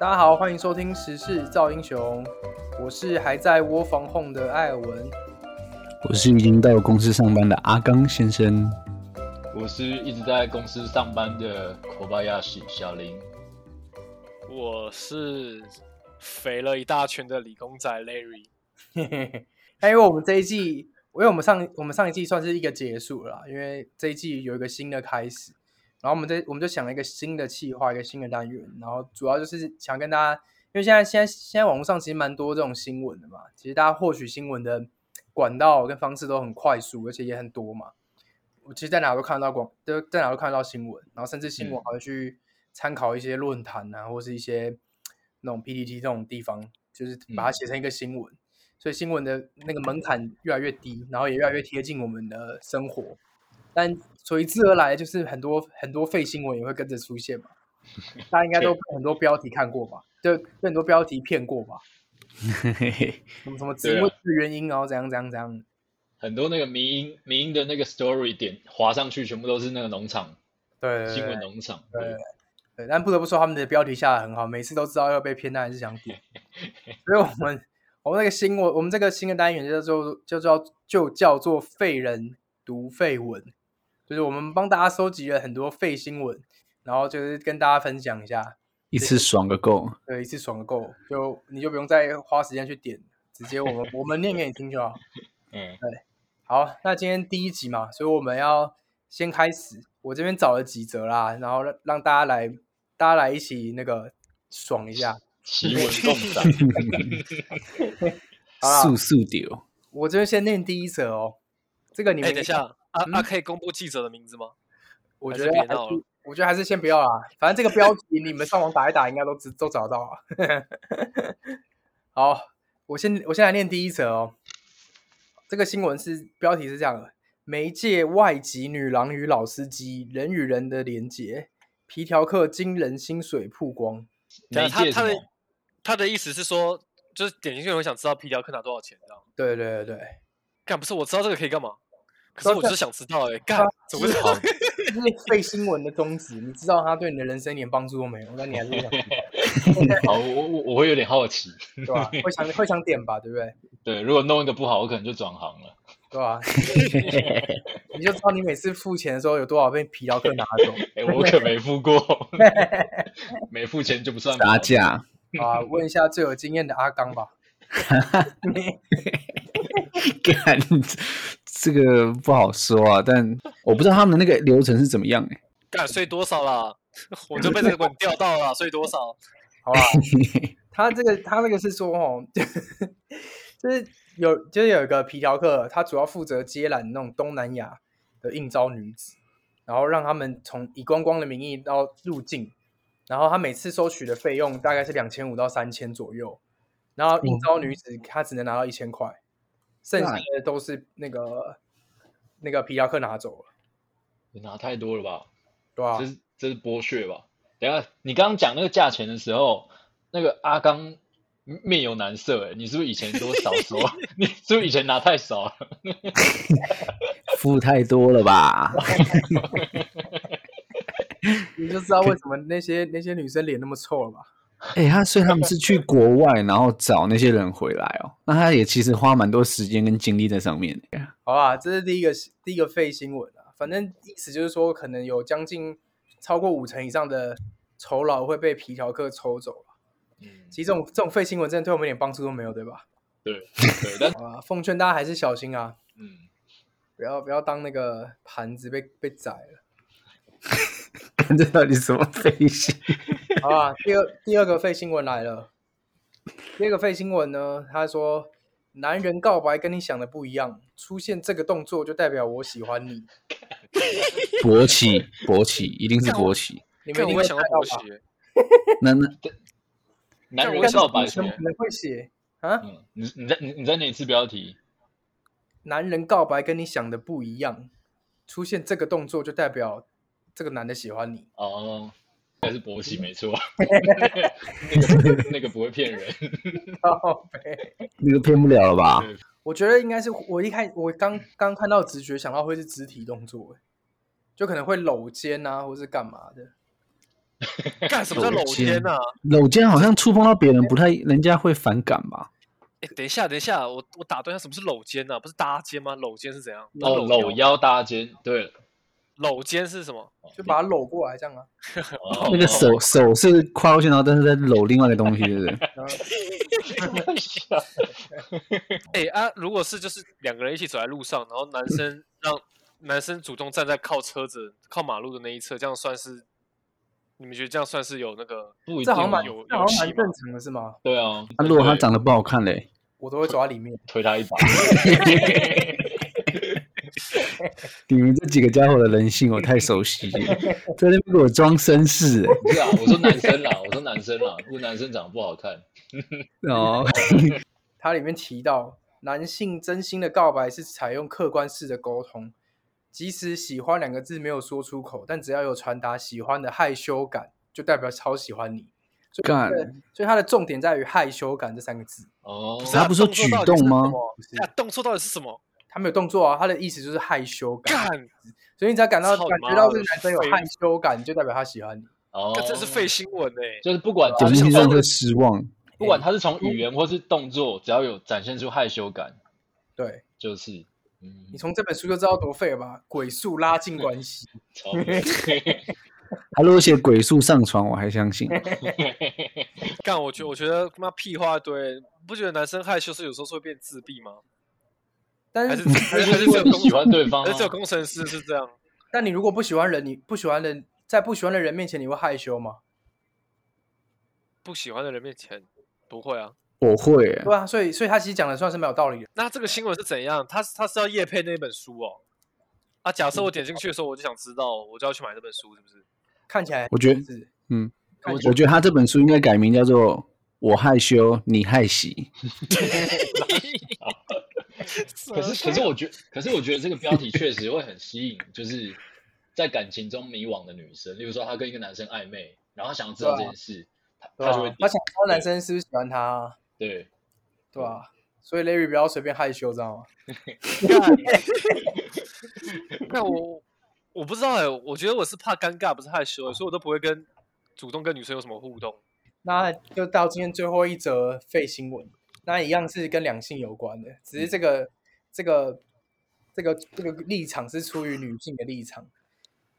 大家好，欢迎收听《时事造英雄》，我是还在窝房控的艾尔文。 我是已经到公司上班的阿刚先 生。我是一直在公司上班的 Kobayashi 小林。我是肥了一大圈的理工仔 Larry。嘿嘿嘿，那因为我们这一季，因为我们上我们上一季算是一个结束了啦，因为这一季有一个新的开始，然后我们这我们就想了一个新的计划，一个新的单元，然后主要就是想跟大家，因为现在现在现在网络上其实蛮多这种新闻的嘛，其实大家获取新闻的管道跟方式都很快速，而且也很多嘛。我其实在哪都看得到广，都在哪都看得到新闻，然后甚至新闻还会去参考一些论坛啊，或是一些那种 PPT 这种地方，就是把它写成一个新闻。所以新闻的那个门槛越来越低，然后也越来越贴近我们的生活。但随之而来就是很多很多废新闻也会跟着出 现嘛。大家应该都被很多标题看过吧？就被很多标题骗过吧？嘿嘿嘿，什么什么对植啊物的原因，然后怎样怎样怎样。很多那个民音民音的那个 story 点滑上去，全部都是那个农场对对新闻对农场。对对，对，但不得不说他们的标题下的很好，每次都知道要被骗，但还是想 点。所以我们我们那个新我我们这个新的单元叫做就叫就叫做废人读废文，就是我们帮大家收集了很多废新闻，然后就是跟大家分享一下，一次爽个够。对，一次爽个够，就你就不用再花时间去点，直接我 们我们念给你听就好。嗯，好，那今天第一集嘛，所以我们要先开始。我这边找了几则啦，然后让让大家来，大家来一起那个爽一下。奇闻共赏。啊速速丢，我这边先念第一则哦，这个你哎、们、等一下，，啊啊，可以公布记者的名字吗？我还觉是得别还闹是了我觉得还是先不要啦，反正这个标题你们上网打一打，应该都知都找到啊。 好，我先我先来念第一则哦。这个新闻是标题是这样的：媒介外籍女郎与老司机，人与人的连结，皮条客惊人薪水曝光。等媒一下介 他什他的么？他的意思是说，就是点进去我想知道皮条客拿多少钱，这样。对对对对，干不是我知道这个可以干嘛？可对啊是我就是想知道哎、干啊怎么会是这好样？这是废新闻的宗旨。你知道它对你的人生一点帮助都没有，但你还是会想，好，我我我会有点好奇。对吧？会想会想点吧，对不对？对，如果弄一个不好，我可能就转行了。对吧、你就知道你每次付钱的时候有多少被皮条客拿走，哎，我可没付 过，没付钱就不算打架， 好啊！问一下最有经验的阿刚吧。干，这个不好说啊。但我不知道他们的那个流程是怎么样、欸。干所以多少啦？我就被这个滚钓到了，所以多少？好啦，他这个他这个是说哦，就是有就是有一个皮条客，他主要负责接揽那种东南亚的应招女子，然后让他们从以观光的名义到入境，然后他每次收取的费用大概是两千五到三千左右，然后应招女子她只能拿到一千块，剩下的都是那个那个皮条客拿走了，你拿太多了吧？对吧、这是这是剥削吧？等一下，你刚刚讲那个价钱的时候，那个阿刚面有难色哎，你是不是以前都少说？ 你是不是以前拿太少了？付太多了吧？ 你就知道为什么那些那些女生脸那么臭了吧？哎、他所以他们是去国外，然后找那些人回来哦。那他也其实花蛮多时间跟精力在上面、 欸。好啦，这是第一个第一个废新闻啊。反正意思就是说，可能有将近超过五成以上的酬劳会被皮条客抽走啊嗯，其实这种这种废新闻真的对我们一点帮助都没有，对吧？对对，但好啦，奉劝大家还是小心啊，嗯，不要不要当那个盘子被被宰了。看这到底什么飞 行？好啦，第二第二个废新闻来了。第二个废新闻呢，他说男人告白跟你想的不一样，出现这个动作就代表我喜欢你。勃起，勃起，一定是勃起。 你们干一我定会会想到猜到博吧奇、欸，那那男但人我告想白怎什么么？可能会写啊？嗯，你你再你你再念一次标题，男人告白跟你想的不一样，出现这个动作就代表这个男的喜欢你。哦，还是勃起没 错，那个那个不会骗人，靠北那个骗不了了吧？我觉得应该是我一开我刚刚看到直觉想到会是肢体动作，欸就可能会搂肩啊，或是干嘛的。干什么叫搂肩啊？搂肩好像触碰到别人不太，人家会反感吧？哎，等一下，等一下，我我打断一下，什么是搂肩啊？不是搭肩吗？搂肩是怎样？哦，搂腰搭肩，对了，搂肩是什么？就把它搂过来这样啊。哦那个手手是跨过去，然后但是在搂另外一个东西，对不 对？然后啊哎啊，如果是就是两个人一起走在路上，然后男 生让男生主动站在靠车子、靠马路的那一侧，这样算是？你们觉得这样算是有那个？不一这定好像蛮有这好像蛮正常的是吗？对啊，那如果他对长得不好看嘞，我都会走到里面。推他一把，你们这几个家伙的人性我太熟悉了，在那边给我装绅士哎、不是啊，我说男生啦，我说男生啦，如果男生长得不好看，哦，它里面提到，男性真心的告白是采用客观式的沟通，即使喜欢两个字没有说出口，但只要有传达喜欢的害羞感，就代表超喜欢你。干，对，所以它的重点在于害羞感这三个字。哦，不是啊他不是说举动吗？哦，不是那啊动作到底是什么？他没有动作啊，他的意思就是害羞感。干，所以你只要感到操你感觉妈到的这个男生有废物害羞感，就代表他喜欢你。哦干，这是废，新闻哎、就是不管总他听是众从会失望。不哎管他是从语言或是动作，只要有展现出害羞感，对就是嗯你，从这本书就知道多废了吧？鬼速拉近关系，超 他如果写鬼畜上床，我还相 信。干，我觉得我觉得他妈屁话一堆，不觉得男生害羞是有时候是会变自闭吗？哦但还是是还是就还是是只有你工喜欢对方还啊是只有工程师是这样？但你如果不喜欢人，你不喜欢人，在不喜欢的人面前，你会害羞吗？不喜欢的人面前不会啊。我会欸、对啊，所以所以他其实讲的算是蛮有道理的。那这个新闻是怎样？他是他是要夜配那本书哦。啊，假设我点进去的时候，我就想知道，我就要去买这本书，是不是？看起来我觉得是嗯，看我起来觉得他这本书应该改名叫做《我害羞，你害喜可是可是我觉可是我觉得这个标题确实会很吸引，就是在感情中迷惘的女生，例如说她跟一个男生暧昧，然后她想要知道这件事，她对啊她吧、就会他想知道男生是不是喜欢他啊、对，对吧、嗯所以 Larry 不要随便害羞，知道吗？那嗯我我不知道哎、我觉得我是怕尴尬，不是害羞欸、所以我都不会跟主动跟女生有什么互动。那就到今天最后一则废新闻，那一样是跟两性有关的，只是这个、嗯这个这个这个立场是出于女性的立场。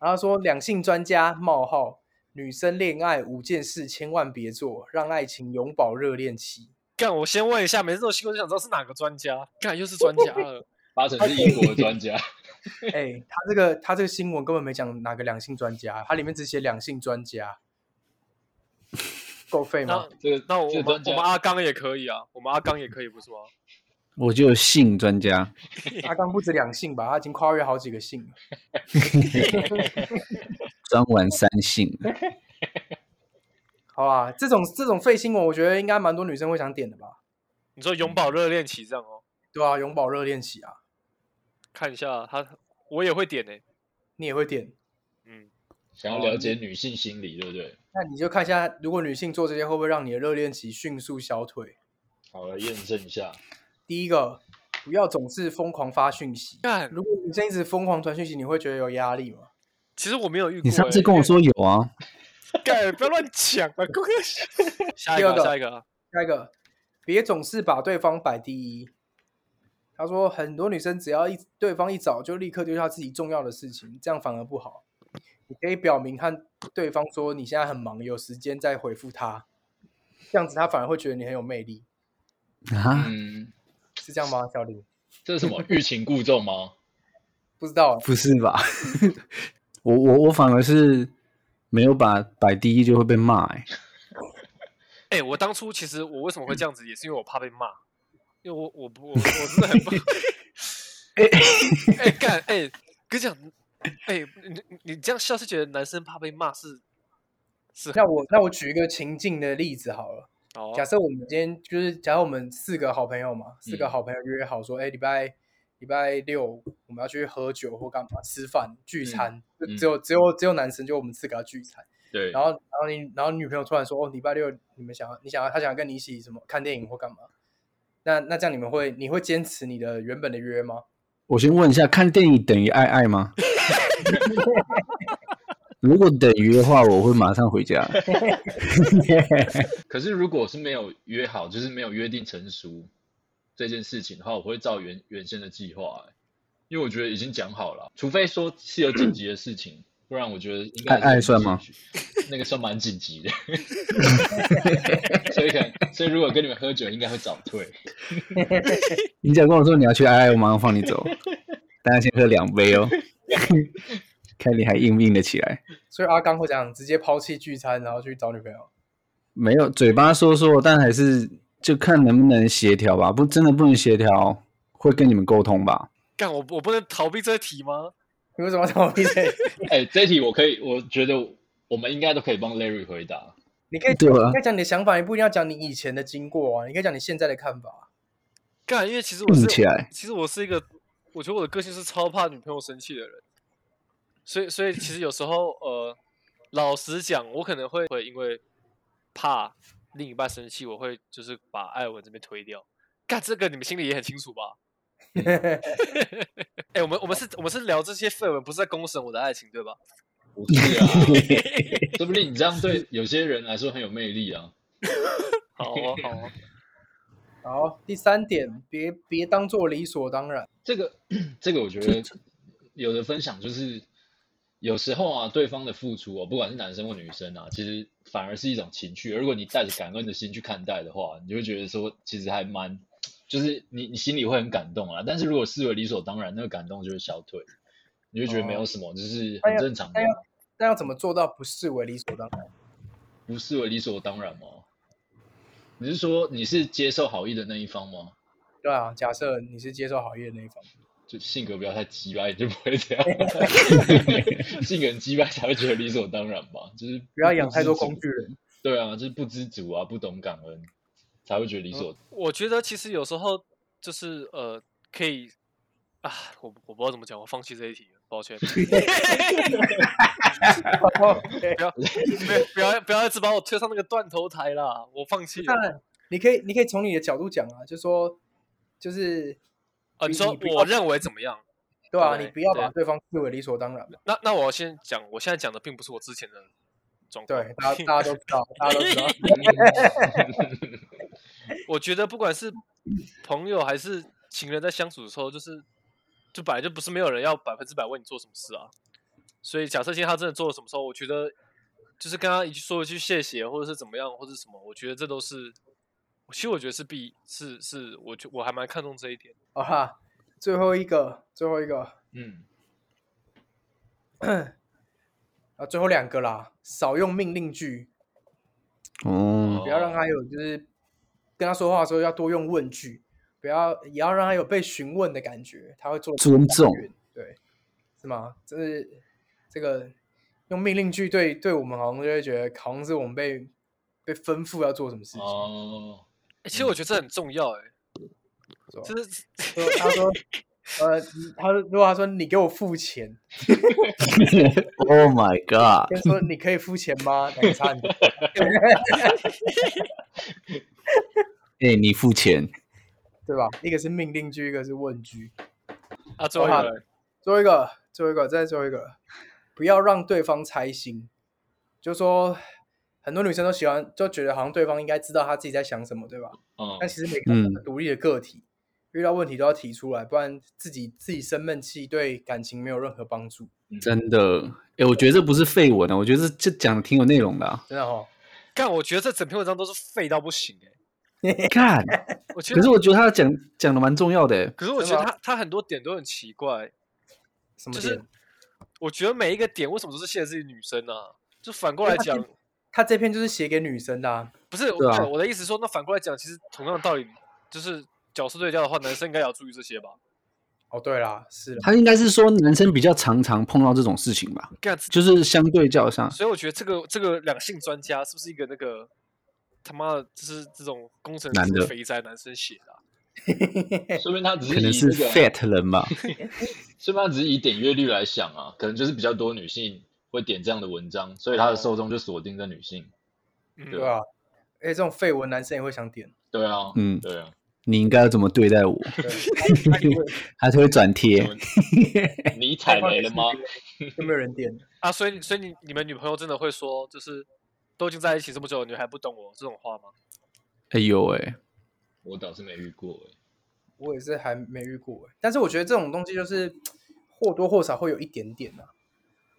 然后说两性专家冒号，女生恋爱五件事千万别做，让爱情永葆热恋期。干，我先问一下，每次都有新闻就想知道是哪个专家，干又是专家 了。八成是英国的专家，哎、他这个他这个新闻根本没讲哪个两性专家，它里面只写两性专家，够废吗那？这个那我这个们专我们家阿刚也可以啊，我们阿刚也可以不是吗？》，我就有性专家。阿刚不止两性吧，他已经跨越好几个性了。专玩三性，哎好啊，这种这种废新闻，我觉得应该蛮多女生会想点的吧？你说永葆热恋期这样哦，对啊，永葆热恋期啊，看一下他，我也会点呢、欸你也会点。嗯，想要了解女性心理，对不对？那你就看一下，如果女性做这些，会不会让你的热恋期迅速消退？好来验证一下，第一个，不要总是疯狂发讯息。干，如果女生一直疯狂传讯息，你会觉得有压力吗？其实我没有遇过欸、你上次跟我说有啊，干，不要乱讲啊！哥哥， 下一第二个，个下一个啊，下一个，别总是把对方摆第一。他说，很多女生只要一对方一找，就立刻丢下自己重要的事情，这样反而不好。你可以表明和对方说你现在很忙，有时间再回复他，这样子他反而会觉得你很有魅力，啊，嗯，是这样吗？小林这是什么欲擒故纵吗？不知道，啊不是吧？ 我我我反而是没有把摆第一就会被骂、欸，哎、我当初其实我为什么会这样子，也是因为我怕被骂，因为我我不我 我真的很怕。哎哎 干哎，跟你讲，哎、你你你这样笑是觉得男生怕被骂是是那我那我举一个情境的例子好了。哦假设我们今天就是，假如我们四个好朋友嘛，四个啊嗯好朋友约好说，哎、礼拜礼拜六我们要去喝酒或干嘛吃饭聚餐，就嗯只有只有只有男生，就我们四个要聚餐。对，然后然后你然后你女朋友突然说，哦，礼拜六你们想要你想要她想要跟你一起什么看电影或干嘛？那那这样你们会你会坚持你的原本的约吗？我先问一下，看电影等于爱爱吗？ 如果等于的话，我会马上回家。 可是如果是没有约好，就是没有约定成熟这件事情的话，我会照原原先的计划、欸，因为我觉得已经讲好了，啊除非说是有紧急的事情，不然我觉得应该爱爱算吗？那个算蛮紧急的， 所以可能所以如果跟你们喝酒，应该会早退。你只要跟我说你要去爱爱，我马上放你走。大家先喝两杯哦， 看你还硬不硬得起来。所以阿刚会这样，直接抛弃聚餐，然后去找女朋友。没有嘴巴说说，但还是就看能不能协调吧。不，真的不能协调，会跟你们沟通吧。干我我不能逃避这题吗？你为什么要找我闭 嘴？哎、这一题我可以，我觉得我们应该都可以帮 Larry 回答。你哎可以对啊你可以讲你的想法，你不一定要讲你以前的经过啊，你可以讲你现在的看法。啊干，因为其实我硬是起来，其实我是一个，我觉得我的个性是超怕女朋友生气的人，所以所以其实有时候呃，老实讲，我可能会会因为怕另一半生气，我会就是把艾文这边推掉。干这个你们心里也很清楚吧？嗯哎、我们我们是我们是聊这些绯闻，不是在公审我的爱情，对吧？不是 啊，说不定你这样对有些人来说很有魅力啊。好啊，好啊，好，第三点，别别当做理所当然。这个这个我觉得有的分享就是，有时候啊，对方的付出哦，不管是男生或女生啊，其实反而是一种情绪。如果你带着感恩的心去看待的话，你就会觉得说，其实还蛮，就是你你心里会很感动啊。但是如果视为理所当然，那个感动就会消退，你就觉得没有什么，就是很正常的哦哎呀，那要怎么做到不视为理所当然？不视为理所当然吗？你是说你是接受好意的那一方吗？对啊，假设你是接受好意的那一方，就性格不要太鸡掰，你就不会 这样。性格很鸡掰才会觉得理所当然吧？就是不要养太多工具。具人。 对啊，就是不知足啊，不懂感恩，才会觉得理哦所。我觉得其实有时候就是呃，可以啊，我我不知道怎么讲，我放弃这一题了，抱歉。 不要不要不要一直把我推上那个断头台啦！我放弃当了。然，你可以你可以从你的角度讲啊，就说就是呃，你你说你不要我认为怎么样？对啊，对你不要把对对方视为理所当然嘛。那那我先讲，我现在讲的并不是我之前的状况。对， 大家大家都知道，大家都知道。我觉得不管是朋友还是情人，在相处的时候，就是就本来就不是没有人要百分之百为你做什么事啊。所以假设今天他真的做了什么时候，我觉得就是跟他一句说一句谢谢，或者是怎么样，或者是什么，我觉得这都是，其实我觉得是必是是，我觉我还蛮看重这一点。好啦，最后一个，最后一个 嗯，啊，最后两个啦，少用命令句，哦，不要让哦他有就是跟他说话的时候要多用问句，不要也要让他有被询问的感觉，他会做尊重。对，是吗？这是这个用命令句对对我们好像就会觉得好像是我们被被吩咐要做什么事情。 哦，欸其实我觉得这很重要、欸，哎，是吧就是说他说呃，你他说如果他说你给我付钱， Oh my god！跟说你可以付钱吗？奶茶你哎、你付钱，对吧？一个是命令句，一个是问句。啊，最后一好个人最后一个，最后一个，再最后一个了，不要让对方猜心。就说很多女生都喜欢，就觉得好像对方应该知道她自己在想什么，对吧？哦嗯但，其实每个人都是嗯独立的个体，遇到问题都要提出来，不然自己自己生闷气，对感情没有任何帮助。真的，哎、我觉得这不是废文啊，我觉得这这讲的挺有内容的、啊。真的哦，干，我觉得这整篇文章都是废到不行、欸，哎，看，我 觉可得是，我觉得他讲讲的蛮重要的、欸啊可是我真觉得的吗他他很多点都很奇怪，什么就点？是我觉得每一个点为什么都是限制自己女生呢、就反过来讲，他这篇就是写给女生的、啊，不是啊对啊我的意思说，那反过来讲，其实同样道理，就是角色对调的话，男生应该也要注意这些吧？哦，对啦，是啦，他应该是说男生比较常常碰到这种事情吧，干，就这是相对较上，所以我觉得这个这个两性专家是不是一个那个他妈的，就是这种工程男的师肥宅男生写的啊、说明他只可是能以是这个， fat 人吧。说明他只是以点阅率来想啊，可能就是比较多女性会点这样的文章，所以他的受众就锁定在女性。嗯啊对吧、啊？而且这种废文男生也会想点，对啊，嗯对啊，你应该要怎么对待我， 他才会转贴。嗯你踩雷了 吗？有没有人点？啊，所以所以你你们女朋友真的会说，就是都已经在一起这么久了，你还不懂我这种话吗？哎呦哎、我倒是没遇过哎、我也是还没遇过欸，但是我觉得这种东西就是或多或少会有一点点啊，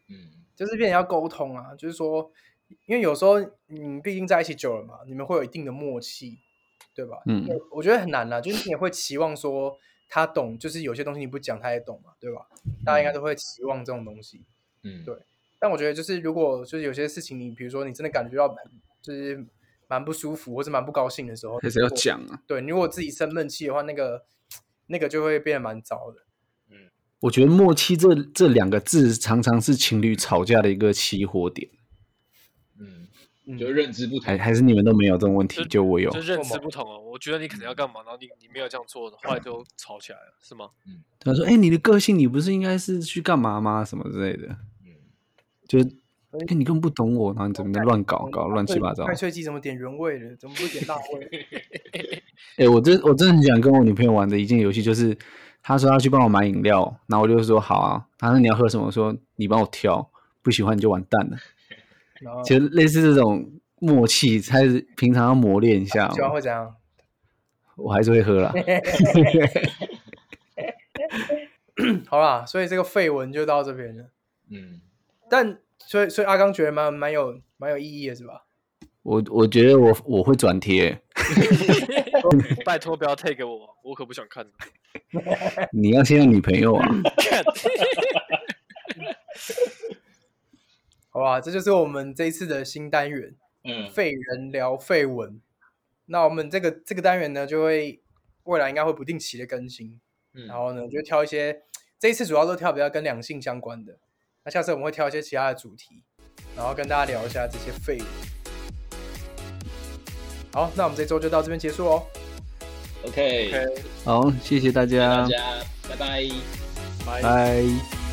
嗯，就是变成要沟通啊，就是说，因为有时候你们毕竟在一起久了嘛，你们会有一定的默契，对吧？嗯，我觉得很难啦，就是你也会期望说他懂，就是有些东西你不讲他也懂嘛，对吧？大嗯家应该都会期望这种东西。嗯，对但我觉得就是如果就是有些事情你，比如说你真的感觉到蛮就是蛮不舒服或者蛮不高兴的时候，还是要如果讲啊。对，你如果自己生闷气的话，那个那个就会变得蛮糟的。我觉得“默契这”这两个字常常是情侣吵架的一个起火点，嗯，嗯就认知不同还，还是你们都没有这种问题，就就我有就。认知吗不同哦。我觉得你可能要干嘛，然后你你没有这样做的话，后来就吵起来了，是吗？他说：“哎、你的个性，你不是应该是去干嘛吗？什么之类的，嗯，就是所以哎、你根本不懂我，然后你怎么在乱搞搞乱七八糟。”快脆鸡怎么点原味的？怎 么不点辣味？哎、我真我真的很想跟我女朋友玩的一件游戏，就是她说要去帮我买饮料，然后我就说好啊。她说你要喝什么？我说你帮我挑，不喜欢你就完蛋了。然后其实类似这种默契，才是平常要磨练一下喜欢嘛。会怎样？我还是会喝啦。好啦，所以这个绯闻就到这边了。嗯，但所以所以阿刚觉得蛮蛮有蛮有意义的是吧？我我觉得我我会转贴，拜托不要 take 我，我可不想看。你要先有女朋友啊。看好吧，这就是我们这一次的新单元“嗯废人聊废文”。那我们这个这个单元呢，就会未来应该会不定期的更新。嗯然后呢，就挑一些，这一次主要都挑比较跟两性相关的。那下次我们会挑一些其他的主题，然后跟大家聊一下这些废物。好，那我们这周就到这边结束哦， ，OK， ，OK，好，谢谢大大家，家，拜拜。拜。拜。